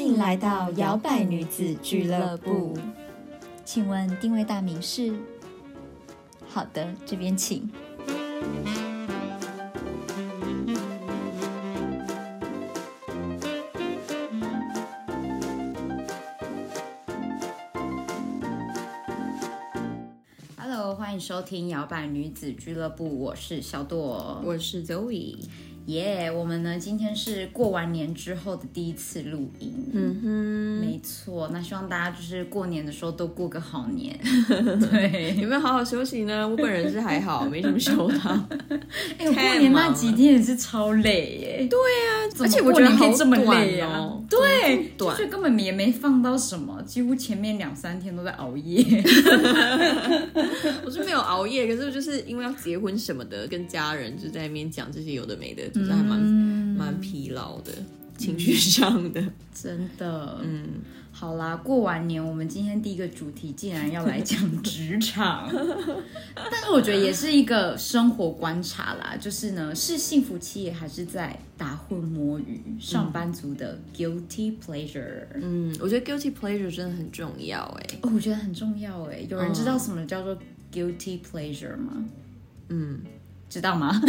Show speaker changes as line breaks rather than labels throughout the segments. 迎来到摇摆女子俱乐部。请问定位大名是？好的，这边请。
Hello，欢迎收听摇摆女子俱乐部，我是小朵。
我是 Zoe。
耶我们呢今天是过完年之后的第一次录音，
嗯
没错。那希望大家就是过年的时候都过个好年。对，
有没有好好休息呢？我本人是还好，没什么休到。
哎、我过
太
年那
忙
几
了
天也是超累耶。对啊，
而且我觉得
可以
好
这么
短
累啊
哦
对，
怎么这么短
就是根本也没放到什么，几乎前面两三天都在熬夜。
我是没有熬夜，可是我就是因为要结婚什么的，跟家人就在那边讲这些有的没的，就是还蛮嗯蛮、疲劳的，情绪上的。
真的，
嗯，
好啦，过完年，我们今天第一个主题竟然要来讲职 场，但是我觉得也是一个生活观察啦，就是呢，是幸福企业还是在打混摸鱼？上班族的 guilty pleasure，、
嗯，我觉得 guilty pleasure 真的很重要哎、
哦，我觉得很重要哎。有人知道什么叫做 guilty pleasure 吗？
嗯，
知道吗？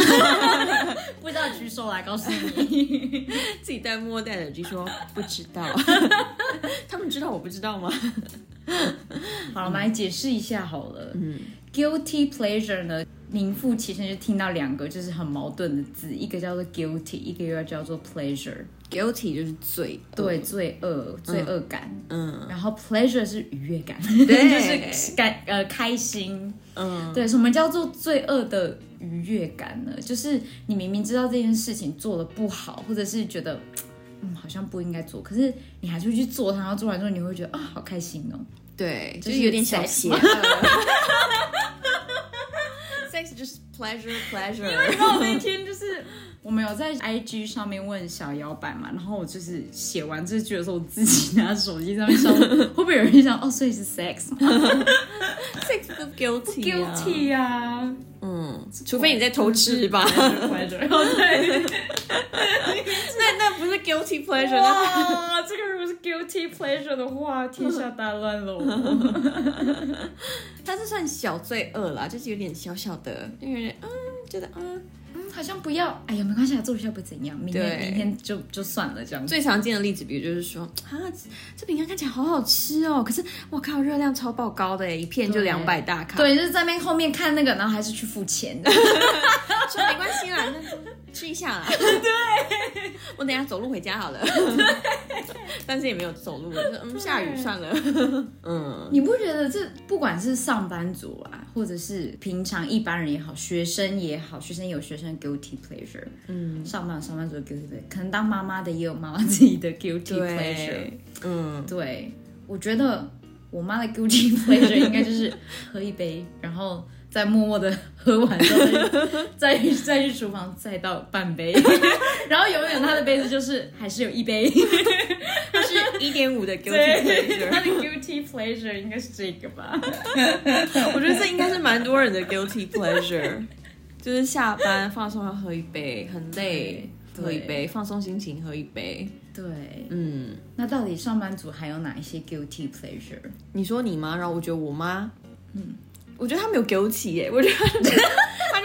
不知道举手来告诉你。
自己戴墨戴耳机说不知道， 他们知道我不知道吗？
好了，我们来解释一下好了。嗯，guilty pleasure 呢，名副其实就听到两个就是很矛盾的字，一个叫做 guilty，一个又叫做 pleasure，
guilty 就是罪，
对，，罪恶、罪恶感。
嗯
然后 pleasure 是愉悦感，
对
就是感呃开心。
嗯，
对，什么叫做罪恶的愉悦感呢？就是你明明知道这件事情做的不好，或者是觉得嗯好像不应该做，可是你还是会去做它，然后做完之后你会觉得啊、好开心哦。
对，
就
就是是有点小
sex
邪恶。Sex 就是 pleasure pleasure，
然后那天就是 我们有在 IG 上面问小摇摆嘛，然后我就是写完这句的时候，我自己拿手机上面想 说，会不会有人想哦，所以是 sex 吗
sex 不 guilty 啊、
？guilty 啊，
嗯，除非你在偷吃吧，
对，
那那不是 guilty pleasure，那
哇，这个如果是 guilty pleasure 的话，天下大乱喽。
它是算小罪恶啦，就是有点小小的，就有点嗯，觉得嗯，
嗯，好像不要，哎呀，没关系，啊，做一下不会怎样，明天
对
明天就就算了这样子。
最常见的例子，比如就是说啊，这饼干看起来好好吃哦，可是我靠，热量超爆高的耶，一片就
对
两百大卡，，
对，就是在那边后面看那个，然后还是去付钱 的。
说没关系啦，那就吃一 下啦，我等一下走路回家好了，但是也没有走路，就嗯，下雨算了， 嗯，
你不觉得这不管是上班族啊，或者是平常一般人也好，学生也好，学生有学生的 guilty pleasure，嗯，上班有上班族的 guilty pleasure，可能当妈妈的也有妈妈自己的 guilty pleasure，
对，嗯
对，我觉得我妈的 guilty pleasure 应该就是喝一杯，然后再默默的喝完之后再去再去再去厨房再倒半杯， 然后永远她的杯子就是还是有一 杯，
就是一点五的 guilty
对，她
pleasure，
的 guilty pleasure 应该是这个吧。
我觉得这应该是蛮多人的 guilty pleasure，就是下班放松要喝一杯，很累。
对
喝一杯，放松心情，喝一杯。
对，
嗯，
那到底上班族还有哪一些 guilty pleasure？
你说你妈，然后我觉得我妈，嗯，我觉得她没有 guilty 耶、我觉得她她就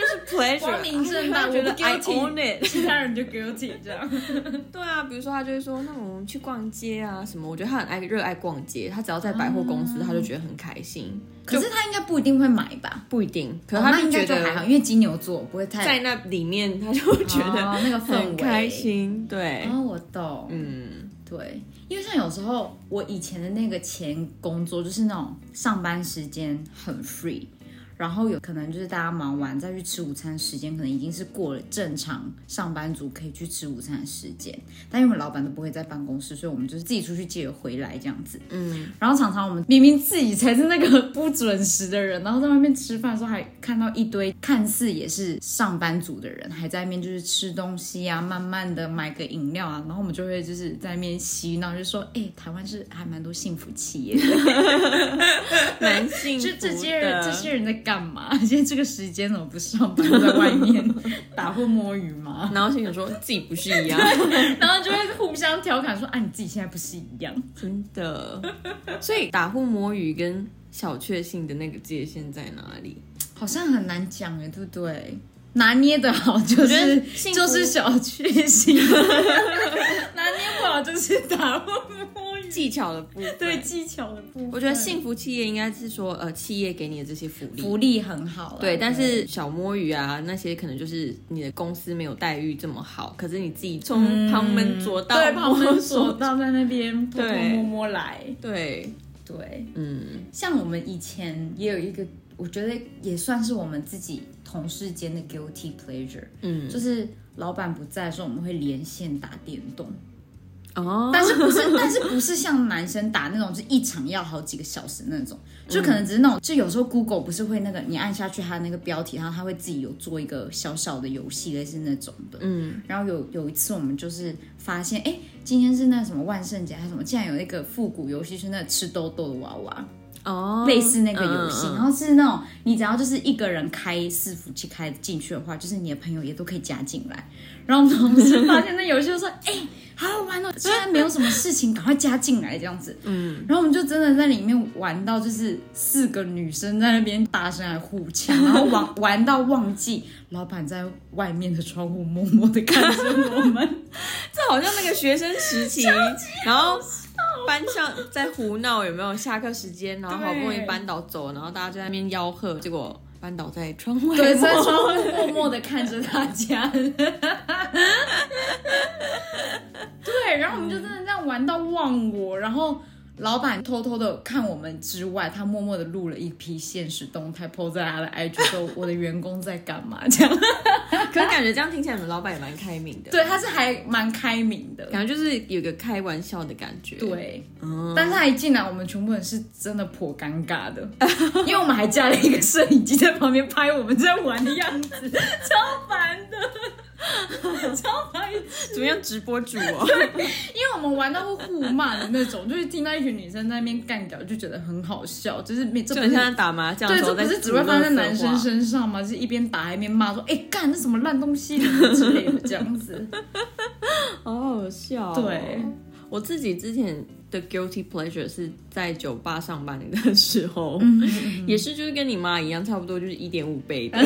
是 pleasure，
光明正
她
大，
就
我
觉
不
得 I own
guilty，
it。
其他人就 guilty 这样。
对啊，比如说她就会说，那我们去逛街啊什么。我觉得她很爱热爱逛街，她只要在百货公司，她就觉得很开心。
可是他应该不一定会买吧？
不一定，
嗯
可
哦
是她
那
就
应
觉
该就还好，
得
因为金牛座不会太
在那里面，她就觉得
哦那个氛围
很开。心。对，
哦，我懂，
欸嗯，
对，因为像有时候我以前的那个前工作就是那种上班时间很 free，然后有可能就是大家忙完再去吃午餐时间，可能已经是过了正常上班族可以去吃午餐的时间，但因为我们老板都不会在办公室，所以我们就是自己出去借回来这样子。嗯，然后常常我们明明自己才是那个不准时的人，然后在外面吃饭的时候还看到一堆看似也是上班族的人，还在那边就是吃东西啊，慢慢的买个饮料啊，然后我们就会就是在那边嬉闹，就说哎、台湾是还蛮多幸福企业的。
蛮幸福
就
的。
这些人，这些人在干嘛？现在这个时间怎么不上班，在外面打混摸鱼吗？
然后心想说自己不是一样，
然后就会互相调侃说：“啊，你自己现在不是一样
真的。所以打呼摸鱼跟小确幸的那个界限在哪里？？”
好像很难讲哎，对不对？拿捏的好就
我觉得
是
幸福
就是小确 幸，拿捏不好就是打不摸鱼。
技巧的部分，
对技巧的部分，
我觉得幸福企业应该是说，呃，企业给你的这些福利。
福利很好啊啦，
对，但是小摸鱼啊，那些可能就是你的公司没有待遇这么好，可是你自己从旁门左道、
嗯对旁门
摸
左
索。
道在那边偷偷
对
摸摸来，
对，
对，
嗯，
像我们以前也有一个，我觉得也算是我们自己同事间的 guilty pleasure，
嗯
就是老板不在的时候，我们会连线打电动，
哦，
但是不是，但是不是像男生打那种，就是一场要好几个小时那种，
嗯
就可能只是那种，就有时候 Google 不是会那个，你按下去它那个标题，然后它会自己有做一个小小的游戏，类似那种的。
嗯，
然后有有一次我们就是发现，哎，今天是那什么万圣节还是什么，竟然有那个复古游戏是那个吃豆豆的娃娃，
哦，
类似那个游戏，
嗯嗯嗯
然后是那种你只要就是一个人开伺服器开进去的话，就是你的朋友也都可以加进来。然后我们同事发现那游戏就说：“哎、好好玩哦，现在没有什么事情，赶快加进来这样子。”嗯，然后我们就真的在里面玩到就是四个女生在那边大声来互呛，然后玩玩到忘记老板在外面的窗户默默的看着我们。
这 好像那个学生时期，然后班上在胡闹，有没有？下课时间，然后好不容易
对
班导走，然后大家就在那边吆喝，结果班导在窗 外
对， 在
摸
窗户默默的看着大 家。对，然后我们就真的这样玩到忘我，然后。老板偷偷的看我们之外，他默默的录了一批现实动态，po 在他的 IG 说我的员工在干嘛这 样。
可是感觉这样听起来，你们老板也蛮开明的，
对，，他是还蛮开明的，
感觉就是有个开玩笑的感觉，，
对。
嗯，
但是他一进来，我们全部人是真的颇尴尬的，因为我们还架了一个摄影机在旁边拍我们在玩的样子，超烦的，超烦
怎么样直播主哦？
因为我们玩到会互骂的那种，就是听到一群女生在那边干掉，就觉得很好笑，就是没这不
就很像
是
在打麻将的
对，
时候
这不
在
是只
组
会
乐色话，
发生在男生身上吗？就是一边打还一边骂说：“哎、干那什么烂东西之类的这样 子。
哦好好笑、
对，
我自己之前的 guilty pleasure 是在酒吧上班的时候，
嗯
也是就是跟你妈一样，差不多就是一点五倍 的。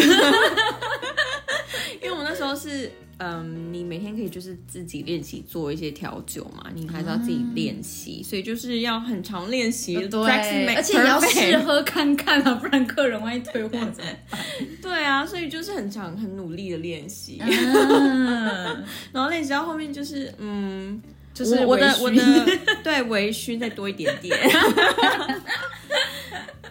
因为我那时候是，嗯，你每天可以就是自己练习做一些调酒嘛，你还是要自己练习，所以就是要很常练习。Jackson
啊呃对，
Mac
而且也要
Perfect
试喝看看啊，不然客人万一退货怎么
对啊，所以就是很常很努力的练习，
嗯办？
然后练习到后面就是，嗯，
啊就是
我我的我
微醺
的 对微醺再多一点点。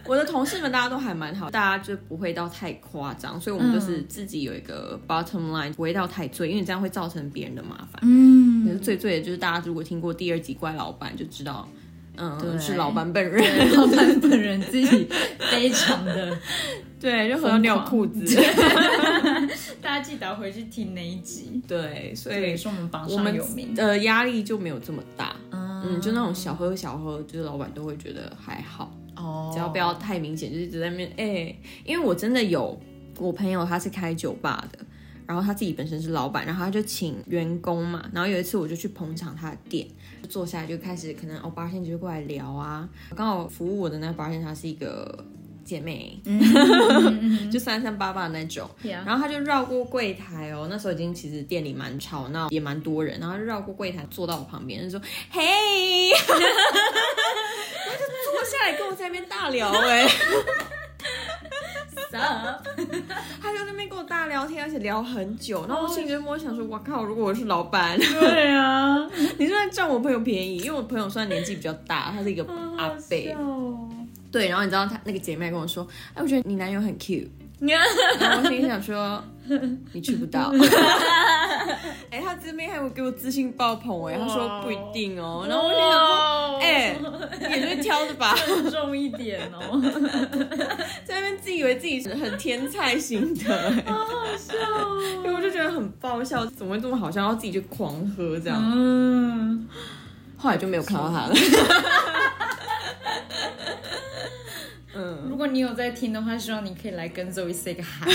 我的同事们大家都还蛮好，大家就不会到太夸张，所以我们
嗯
就是自己有一个 bottom line，不会到太醉，因为这样会造成别人的麻烦。
嗯，
可是最醉的就是大家如果听过第二集《怪老板》就知道，
对
嗯，是老板 本人，
对老板本人自己非常的，
对，就喝到尿裤子，
大家记得要回去听那一集，
对，所
对，
以
是我们榜
我
上
们
有名。
呃压力就没有这么大，
嗯
嗯，就那种小喝小喝，就是老板都会觉得还好。
哦，
只要不要太明显，就是一直在那边哎、因为我真的有我朋友他是开酒吧的，然后他自己本身是老板，然后他就请员工嘛，然后有一次我就去捧场他的店，就坐下来就开始可能哦八仙就过来聊啊，刚好服务我的那八仙她是一个姐妹， 就三三八八的那种，
Yeah
然后他就绕过柜台哦，那时候已经其实店里蛮吵闹，也蛮多人，然后他就绕过柜台坐到我旁边，就说嘿。 然后就坐下来跟我在那边大聊哎、他就在那边跟我大聊天，而且聊很久。然后我心里就默默想说：“哇靠！如果我是老板，
对啊，
你是在占我朋友便宜，因为我朋友虽然年纪比较大，他是一个阿伯。 对，然后你知道他那个姐妹跟我说：“哎，我觉得你男友很 cute。”然后我心里 想说：“你去不到。”哎、他这边还有给我自信爆棚哎、他说不一定哦。然后我心想说：“
哦
哎、你也会挑的吧？”
慎重一点哦，
在那边自以为自己是很天才型的、 好好笑、所以我就觉得很爆笑，怎么会这么好笑，然后自己就狂喝这样，
嗯，
后来就没有看到他了。嗯，
如果你有在听的话，希望你可以来跟 Zoe say 个 hi，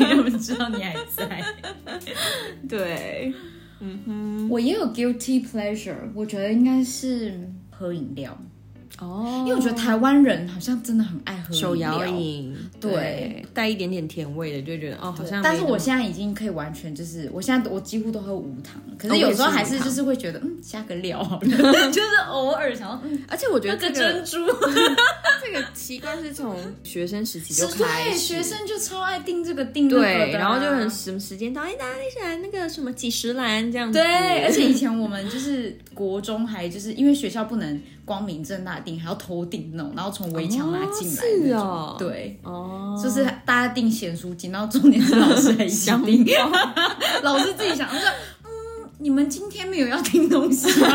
因为我知道你还在。
对，
我也有 guilty pleasure，我觉得应该是喝饮料，
哦，
因为我觉得台湾人好像真的很爱喝饮料
手摇。饮，
对，
带一点点甜味的，就会觉得哦，好像没那么。
但是我现在已经可以完全就是，我现在我几乎都喝无糖，可
哦
是
我也
有时候
是无
还是
糖
就是会觉得，嗯，加个 料好了，就是偶尔想要嗯
而且我觉得
那
这
个
个
珍珠。
这个习惯是从学生时期
是
就开
对，
始，
学生就超爱订这个订那个的啊、
对，然后就很什么时间到，哎，大家一起来那个什么几十篮这样子，
对， 而且以前我们就是国中还就是因为学校不能光明正大订，还要偷订那种，然后从围墙拿进来那
哦是
种。
哦，
对，
哦，
就是大家订咸酥鸡，然后重点是老师还一起
想
订， 老师自己想，他说嗯，你们今天没有要订东西吗？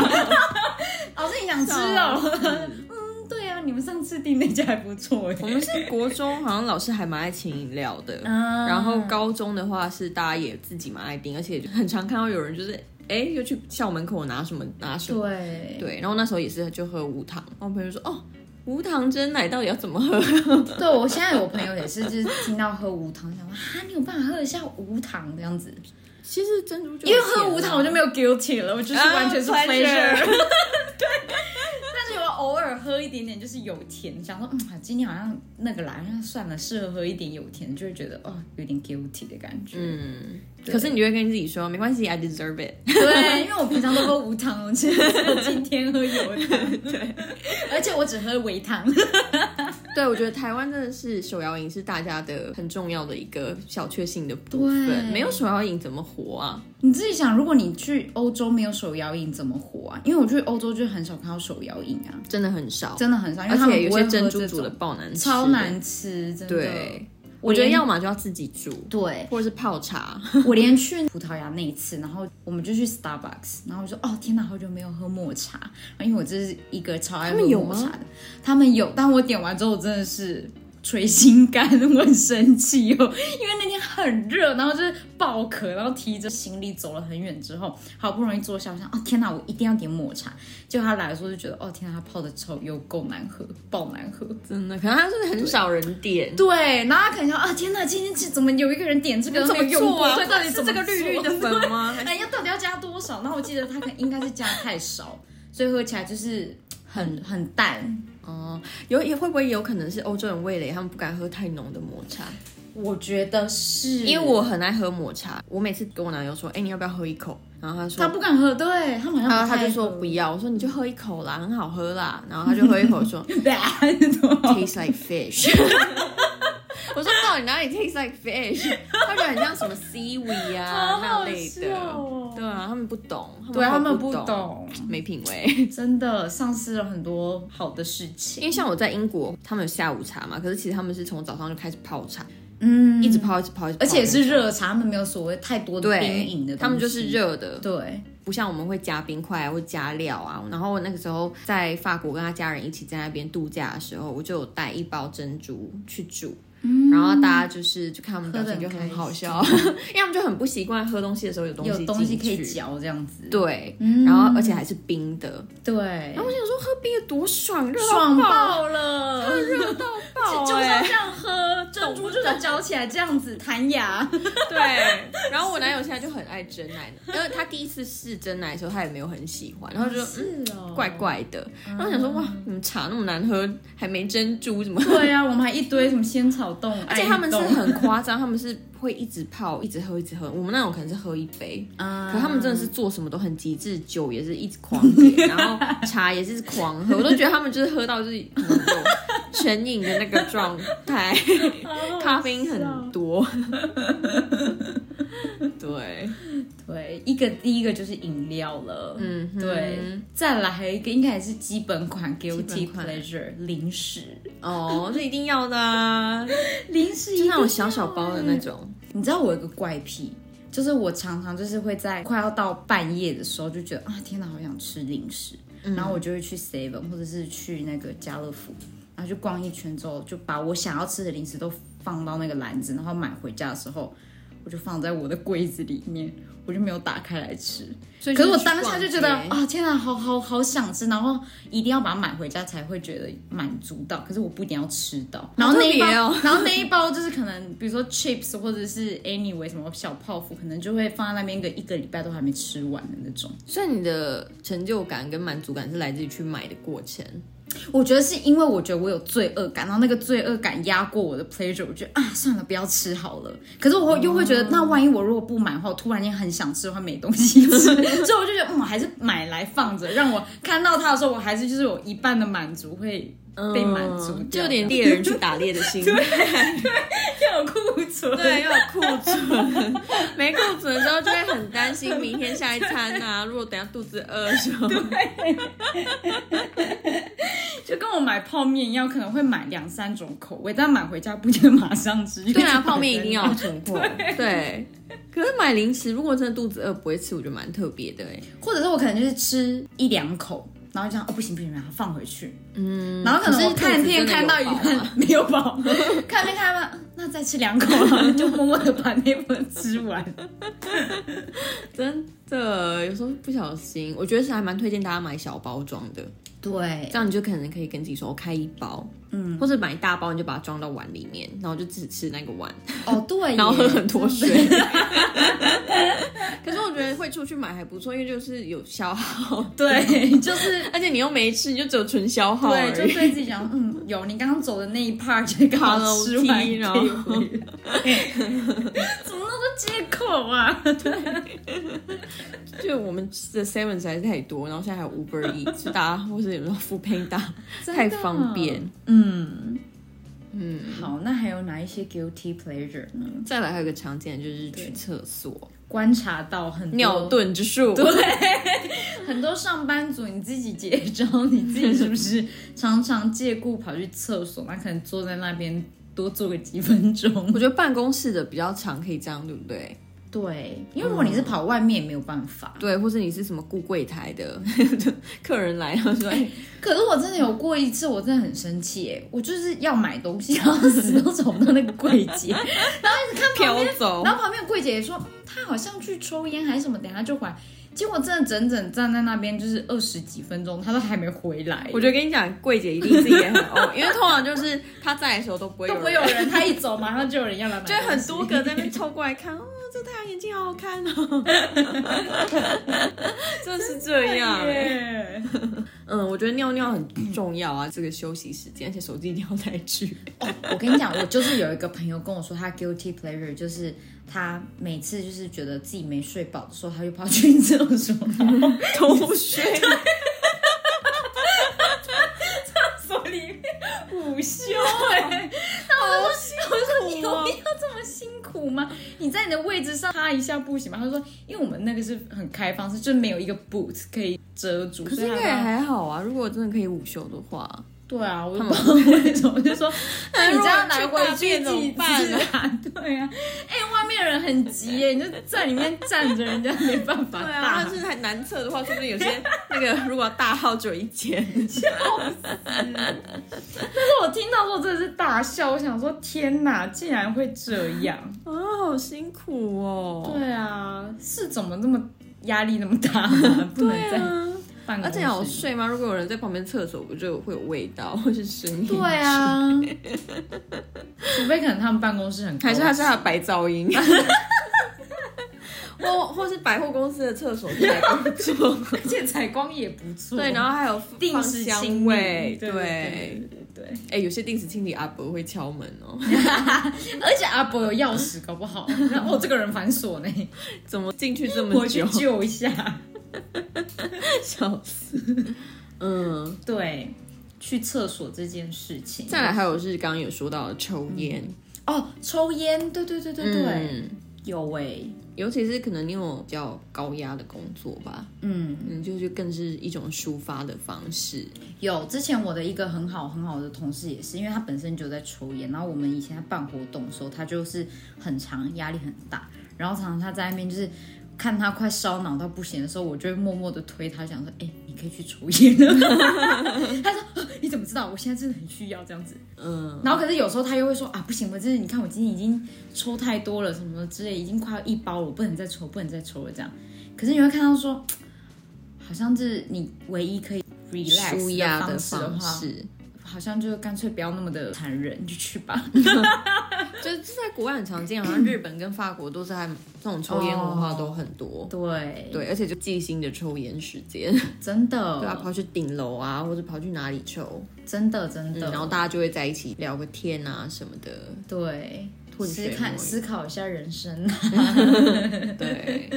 老师你想吃哦？嗯，对啊，你们上次订那家还不错
我
哎。
们是国中，好像老师还蛮爱请饮料的。
嗯
然后高中的话是大家也自己蛮爱订，而且很常看到有人就是哎又去校门口拿什么拿什么。
对
对，然后那时候也是就喝无糖，然后我朋友就说哦，无糖真奶到底要怎么喝？
对，我现在我朋友也是，就是听到喝无糖，想说啊，你有办法喝得下无糖这样子？
其实珍珠就
因为喝无糖我就没有 guilty 了，我就是完全是
啊
pleasure。
pleasure
对，但是我偶尔喝一点点就是有甜，想说嗯，今天好像那个啦，那算了，适合喝一点有甜，就会觉得哦，有点 guilty 的感觉。嗯，
有。可是你就会跟自己说没关系，I deserve it。
对，因为我平常都喝无糖，我只有今天喝有糖。对，而且我只喝微糖。
对，我觉得台湾真的是手摇饮是大家的很重要的一个小确幸的部
对
分，没有手摇饮怎么活啊？
你自己想，如果你去欧洲没有手摇饮怎么活啊？因为我去欧洲就很少看到手摇饮啊，
真的很少，
真的很少，因为
而
他们
且有
不会
些
喝
珍珠
这
煮的
种
爆难吃，
超。难吃，真的。
对，
我
我觉得
连
要么就要自己煮，
对
或者是泡茶。
我连去葡萄牙那一次，然后我们就去 Starbucks，然后我就说哦天哪，好久没有喝抹茶，因为我这是一个超爱喝
他们有
抹
吗
茶的。他们有，但我点完之后我真的是捶心肝，我很生气哦，因为那天很热，然后就是爆渴，然后提着行李走了很远之后，好不容易坐下，我想哦天哪，我一定要点抹茶。结果他来的时候就觉得哦天哪，他泡的超有够难喝，爆难喝。
真的，可能他是很少人点。
对，然后他可能想啊，天哪，今天是怎么有一个人点这个
怎
没
么
有用
做
过？
啊？
对，到底
是
怎
这
么
个绿绿
做
的粉吗？还是
哎，要到底要加多少？那我记得他可能应该是加太少，所以喝起来就是很很淡。
哦，有也会不会有可能是欧洲人味蕾，他们不敢喝太浓的抹茶？
我觉得是
因为我很爱喝抹茶，我每次跟我男友说，哎，你要不要喝一口？然后他
他
说。
不敢喝，对他马上
然后
不
他
太
就说
喝
不要，我说你就喝一口啦，很好喝啦。然后他就喝一 口说 tastes like fish。我说到底哪里 tastes like fish？他觉得很像什么 seaweed 啊
好
那
好
类的。
笑哦
对啊，他们不懂，
对他
们
们
不
不，懂，
没品味。
真的丧失了很多好的事
因
情。
为像我在英国，他们有下午茶嘛，可是其实他们是从早上就开始泡茶，
嗯
一直泡，一直泡，一直泡
而且也是热茶，他们没有所谓太多的
对
冰饮的东西，
他们就是热的，
对。
不像我们会加冰块啊，或加料啊。然后我那个时候在法国跟他家人一起在那边度假的时候，我就有带一包珍珠去煮。然后大家就是就看他们表情就很好笑， 因为他们就嗯很不习惯喝东西的时候有东西
有东西
进
可以
去
嚼这样子，
对，
嗯
然后而且还是冰的。
对
然，后我想说喝冰的多爽，热到
爽
爆
爆了，
热到爆、
就是要
欸！
这样喝，珍珠就是要嚼起来这样子弹牙。
对，然后我男友现在就很爱真奶，因为他第一次试真奶的时候，他也没有很喜欢，然后就嗯
哦
怪。怪的，然后想说哇，你们茶那么难喝，还没珍珠 怎么？
对啊，我们还一堆什么仙草冻，
而且他们是很夸张，他们是会一直泡，一直喝，一直喝。我们那种可能是喝一杯，
啊
可他们真的是做什么都很极致，酒也是一直狂点，然后茶也是狂喝，我都觉得他们就是喝到就是嗯有成瘾的那个状 态，咖啡因很多。 对，
对，一个第一个就是饮料了，
嗯哼
对，再来还有一个应该也是基本款 guilty
款
pleasure 零食，
哦，这一定要的啊，
零食
就
一
那种小小包的那啊种。
你知道我有个怪癖，就是我常常就是会在快要到半夜的时候就觉得啊，天哪，好想吃零食，然后我就会去 Seven 或者是去那个家乐福，然后就逛一圈之后，就把我想要吃的零食都放到那个篮子，然后买回家的时候，我就放在我的柜子里面。我就没有打开来吃。
所以
可
就是
我
去
当下就觉得
逛街
啊，天啊，好好好想吃，然后一定要把它买回家才会觉得满足到。可是我不一定要吃到，然后那一包，
特别哦
然后 那一包就是可能比如说 chips 或者是 anyway 什么小泡芙，可能就会放在那边个一个礼拜都还没吃完的那种。
所以你的成就感跟满足感是来自于去买的过程。
我觉得是因为我觉得我有罪恶感，然后那个罪恶感压过我的 pleasure，我觉得啊算了，不要吃好了。可是我又会觉得，那万一我如果不买的话，我突然间很想吃的话，没东西 吃，所以我就觉得，嗯，我还是买来放着，让我看到它的时候，我还是就是有一半的满足会被满足掉、
嗯就 有点猎人去打猎的 心，
要有库存。
对，要有库存，没库存的时候就会很担心明天下一餐 啊。如果等一下肚子饿的时候，
就跟我买泡面一样，可能会买两三种口味，但买回家不一定马上吃。
对啊，泡面一定要有存货。 对，可是买零食，如果真的肚子饿不会吃，我觉得蛮特别的哎。
或者是我可能就是吃一两口，然后就想哦不行不行，然后放回去，
嗯，
然后可能我
可是
看片
肚子真
看
的有
到一
饱
半
吗
没有饱，看片看到一半那再吃两口，然后就默默的把那份吃完。
真的有时候不小心，我觉得是还蛮推荐大家买小包装的，
对
这，样你就可能可以跟自己说，我开一包，嗯，或者买一大包，你就把它装到碗里面，然后就只吃那个碗，
哦对，
然后喝很多水。 可是我觉得会出去买还不错，因为就是有消耗，
对，就是
而且你又没吃，你就只有纯消耗而
对，
已。
就对自己讲，嗯，有你刚刚走的那一 part 就刚好吃
Hello
完
Tea，
可以
然后
回来哎怎么那么多借口啊？
就我们吃的 Seven 实在是太多，然后现在还有 Uber E，就大家或是有时候 f o o Panda 太方便。
嗯，
嗯，
好，那还有哪一些 guilty pleasure 呢？
再来还有一个常见的就是去厕所，
观察到很多
尿遁之术。
很多上班族，你自己结招，你自己是不是常常借故跑去厕所？那可能坐在那边多坐个几分钟
我。觉得办公室的比较常可以这样，对不对？
对，因为如果你是跑外面，也没有办法。
对，或是你是什么顾柜台的， 就客人来了说，哎，
可是我真的有过一次，我真的很生气耶，我就是要买东西，然后死都找不到那个柜 姐，
飘走
然，后旁边的柜姐也说她好像去抽烟还是什么，等一下就回来。结果真的整整站在那边就是二十几分钟，她都还没回来。
我觉得跟你讲，柜姐一定自己也很 哦，因为通常就是她在的时候都不会
都不会有人，她一走马上就有人要来买东
就
西，
很多个在那边凑过来看，哦，这太阳眼镜好好看 哦，真的是这样。欸
耶。
嗯，我觉得尿尿很重要啊，这个休息时间，而且手机一定要带去。
我跟你讲，我就是有一个朋友跟我说，他 guilty pleasure 就是他每次就是觉得自己没睡饱的时候，他就跑去厕 所，然后
偷 睡，
手里面午休、哎，
啊好辛
你
苦
有
哦
必。要这么辛苦吗？你在你的位置上趴一下不行吗？他说，因为我们那个是很开放式，就没有一个 boot 可以遮住，
可是
所以
应
他
该也还好啊，如果真的可以午休的话，
对啊，我就不知道为什么，我就 说那你这样来回去
如果
几
去
次
大便怎么
啊？ 对啊，哎、外面人很急耶，你就在里面站着，人家没办法
对
大
啊，就是还男厕的话，说不定有 些那个如果大号只有一间，
我听到之后真的是大笑，我想说天哪，竟然会这样！
啊，好辛苦哦。
对啊，是怎么那么压力那么大、 啊？不能在
啊，
办公室，
而且要有睡吗？如果有人在旁边厕所，不就会有味道或是声音？
对，啊， 除非可能他们办公室很高
还是他是他的白噪音， 或或是百货公司的厕所之类的
而且采光也不错，
对，然后还有
定
放
时
香
清
味
理，对
对。
对对对
哎，有些定时清理阿伯会敲门哦，
对，而且阿伯有钥匙，搞不好，然后哦，这个人反锁呢，
怎么进去这
我
么
去
久？
救一下。
笑死。嗯，
对，去厕所这件事情，
再来还有是刚刚有说到的抽烟，
哦，抽烟，对对对对对，
嗯，
有哎、
尤其是可能你有比较高压的工作吧，
嗯。
嗯，就就更是一种抒发的方式。
有，之前我的一个很好很好的同事也是，因为他本身就在抽烟，然后我们以前在办活动的时候，他就是很长压力很大，然后常常他在外面就是看他快烧脑到不行的时候，我就会默默的推他，想说，哎、你可以去抽烟了。 他说啊你怎么知道？我现在真的很需要这样子。
嗯，
然后可是有时候他又会说啊，不行，我就是你看我今天已经抽太多了，什么之类，已经快要一包了，我不能再抽，不能再抽了这样。可是你会看到说，好像是你唯一可以 relax
舒压
的
的
式的
方
话，
式，
好像就干脆不要那么的残忍，你就去吧。
就是在国外很常见，好像日本跟法国都是还这种抽烟文化都很多。
哦对，嗯
对，而且就记心的抽烟时间，
真
对啊，
的，
跑去顶楼啊，或者跑去哪里抽，
真的，真
嗯，
的。
然后大家就会在一起聊个天啊什么 的，
对，
混
思
血
考
魔
思考一下人生。
对，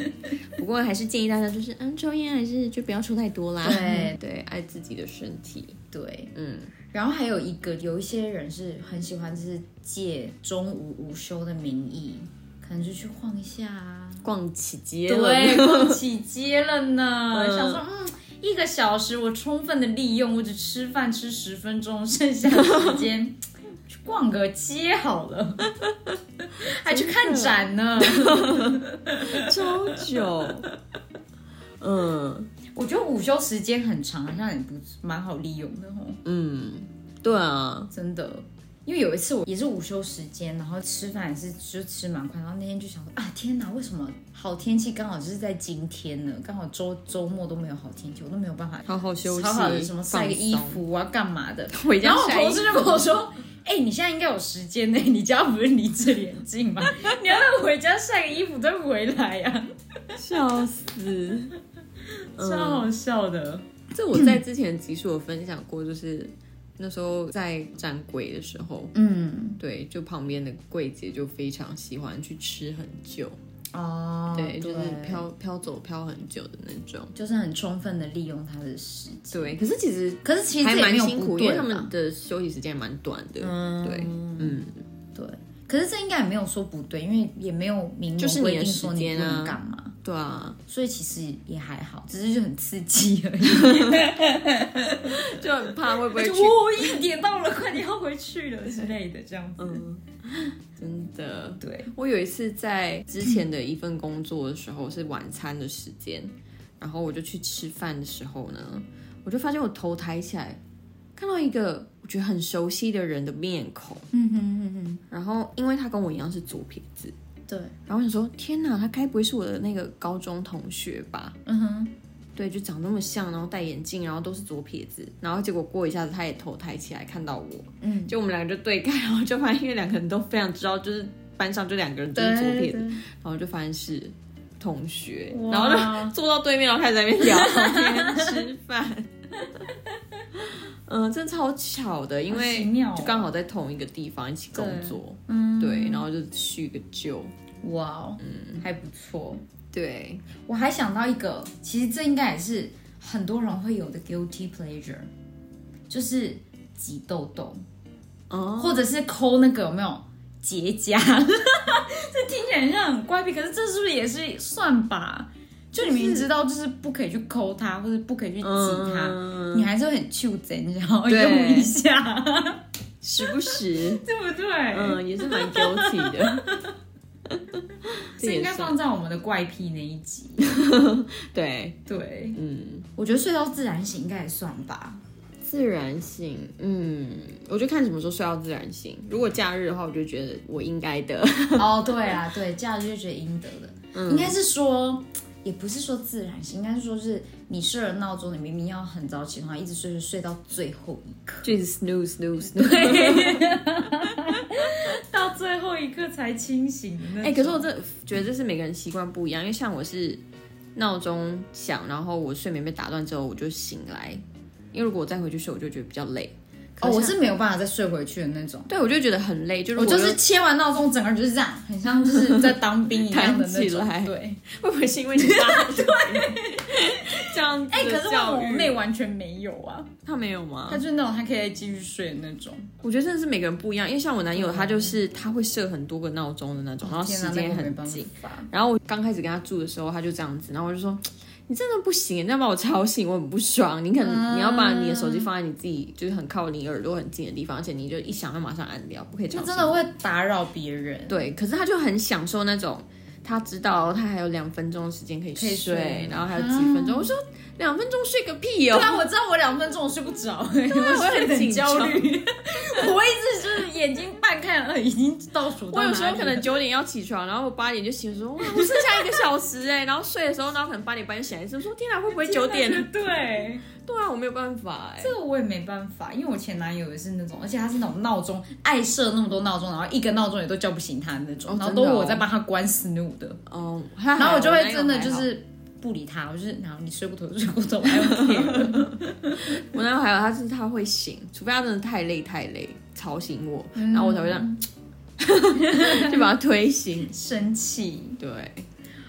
不过还是建议大家就是，嗯，抽烟还是就不要抽太多啦。嗯
对
对，爱自己的身体。
对，
嗯，
然后还有一个，有一些人是很喜欢，就是借中午午休的名义，可能就去晃一下啊。
逛起街了
对， 逛起街了呢，
嗯
想说嗯。一个小时，我充分的利用，我只吃饭吃十分钟，剩下的时间 去逛个街好了，还去看展呢。
周九，嗯
我觉得午休时间很长，好像也不蛮好利用的哦。
嗯，对啊，
真的。因为有一次我也是午休时间，然后吃饭也是就吃蛮快，然后那天就想说啊天哪，为什么好天气刚好就是在今天呢？刚好周周末都没有好天气，我都没有办法
好好休息，
好好的什么晒个衣
放松，
服啊干嘛 的。
回
然
家
后我
晒衣
同
服
事就跟我说， 哎、你现在应该有时间呢、你家不是离这里很近吗？ 你要不要回家晒个衣服再回来呀、
笑死。嗯
啊，超好笑的。
这我在之前集数有分享过，就是那时候在站柜的时候，
嗯，
对，就旁边的柜姐就非常喜欢去吃很久，
哦，
对，就是飘飘走飘很久的那种。
就是很充分的利用他的时间。
对，可是其实
可是其实
还
这也没
蛮
有
辛
不
苦，
对
因为
吧
他们的休息时间也蛮短的。
嗯
对，嗯，
对，可是这应该也没有说不对，因为也没有明
就是
文
你
规
的
定说
时
你
间
不
啊
能干嘛，
对啊，
所以其实也还好，只是就很刺激 而已。
就很怕会不会
就
去，
哦，一点到了，快点要回去了之类的这样子。
嗯，真的。
对，
我有一次在之前的一份工作的时候是晚餐的时间，然后我就去吃饭的时候呢，我就发现我头抬起来，看到一个我觉得很熟悉的人的面孔，
嗯哼哼哼，
然后因为他跟我一样是左撇子，
对，
然后我想说天哪，他该不会是我的那个高中同学吧？
嗯哼，
对，就长那么像，然后戴眼镜，然后都是左撇子，然后结果过一下子他也头抬起来看到我，
嗯，
就我们两个就对看，然 后就发现因为两个人都非常知道，就是班上就两个人都是左撇子，
对
然后就发现是同学，
哇
然后就坐到对面，然后开始在那边聊天 吃饭。嗯，真的超巧的，因
好奇
为
妙哦
就刚好在同一个地方一起工作，
嗯，
对，然后就叙个旧，
哇哦，嗯，还不错。
对，
我还想到一个，其实这应该也是很多人会有的 guilty pleasure，就是挤痘痘。
哦，
或者是抠那个有没有结痂？ 这听起来很像很怪癖，可是这是不是也是算吧？就你明明知道就是不可以去抠它，或者不可以去挤它，
嗯，
你还是会很纠结，你想要
对
用一下，
时不时，
对不 对？
嗯，也是蛮 guilty 的。
这应该
也算
放在我们的怪癖那一集。
对，
对，
嗯，
我觉得睡到自然醒应该也算吧。
自然醒，嗯，我就看什么时候睡到自然醒。如果假日的话，我就觉得我应该 的。
哦，对啊，对，假日就觉得应得的，
嗯
应该是说。也不是说自然醒，应该是说是你设了闹钟，你明明要很早起床，然后一直睡睡睡到最后一刻。
就是 snooze snooze snooze。
到最后一刻才清醒的那种。
哎、可是我这觉得这是每个人习惯不一样，因为像我是闹钟响，然后我睡眠被打断之后我就醒来，因为如果我再回去睡，我就觉得比较累。
哦，我
可像
是没有办法再睡回去的那种。
对我就觉得很累，就如
我
果
就是
又
切完闹钟，整个人就是这样，很像就是在当兵一样的那
弹起 来
种。对，
会不会是因为你爸 对这样子
哎、可是
的
我
教
我
育？哦
妹完全没有啊，
他没有吗
她？就是那种她可以再继续睡的那种。
我觉得真的是每个人不一样，因为像我男友他就是他会设很多个闹钟的那种，然后
嗯天
时
哪，那
间
个没
很
办
紧。
法。
然后我刚开始跟他住的时候，他就这样子，然后我就说：“你真的不行，你这样把我吵醒，我很不爽。你可能、你要把你的手机放在你自己就是很靠你耳朵很近的地方，而且你就一响就马上按掉，不可以吵
就
醒。”
哎真的会打扰别人，
对，可是他就很享受那种，他知道他还有两分钟的时间可以
可以睡啊
然后还有几分钟，我说两分钟睡个屁
对
哦！
啊，我知道我两分钟我睡不着、欸，我
我
睡得
也很
很
紧张
焦虑， 我一直就是眼睛半开，呃，已经倒数到
我
哪里了。
有时候可能九点要起床，然后我八点就醒了，说哇，我剩下一个小时哎、 然后睡的时候，然后可能八点半就醒来，就说天啊哪，会不会九点？
对，
对啊，我没有办法哎、
这个我也没办法，因为我前男友也是那种，而且他是那种闹钟爱设那么多闹钟，然后一个闹钟也都叫不醒他的那种，
哦
然后
真
都
的哦
我在帮他关 snoo 的，
哦，
然后我就会真的
还好
就是不理他，我就是然后你睡不着就睡不着，我还 care。
我男友还有他是他会醒，除非他真的太累太累吵醒我，然后我才会这样， 就把他推醒。
生气。
对，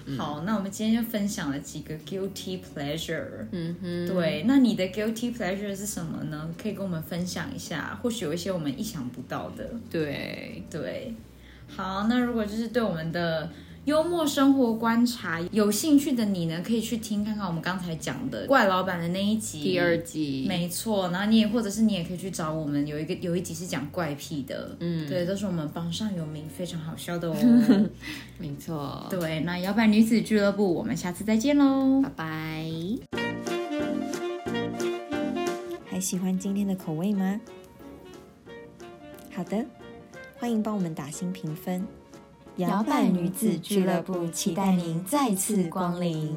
嗯
好，那我们今天就分享了几个 guilty pleasure。
嗯哼，
对，那你的 guilty pleasure 是什么呢？可以跟我们分享一下，或许有一些我们意想不到的。
对，
对，好，那如果就是对我们的幽默生活观察有兴趣的你呢，可以去听看看我们刚才讲的怪老板的那一集。
第二季，
没错，然后你也或者是你也可以去找我们有一个有一集是讲怪癖的，嗯，对，都是我们榜上有名，非常好笑的哦。
没错，
对，那摇摆女子俱乐部，我们下次再见喽。
拜拜。
还喜欢今天的口味吗？好的，欢迎帮我们打新评分。摇摆女子俱乐部期待您再次光临。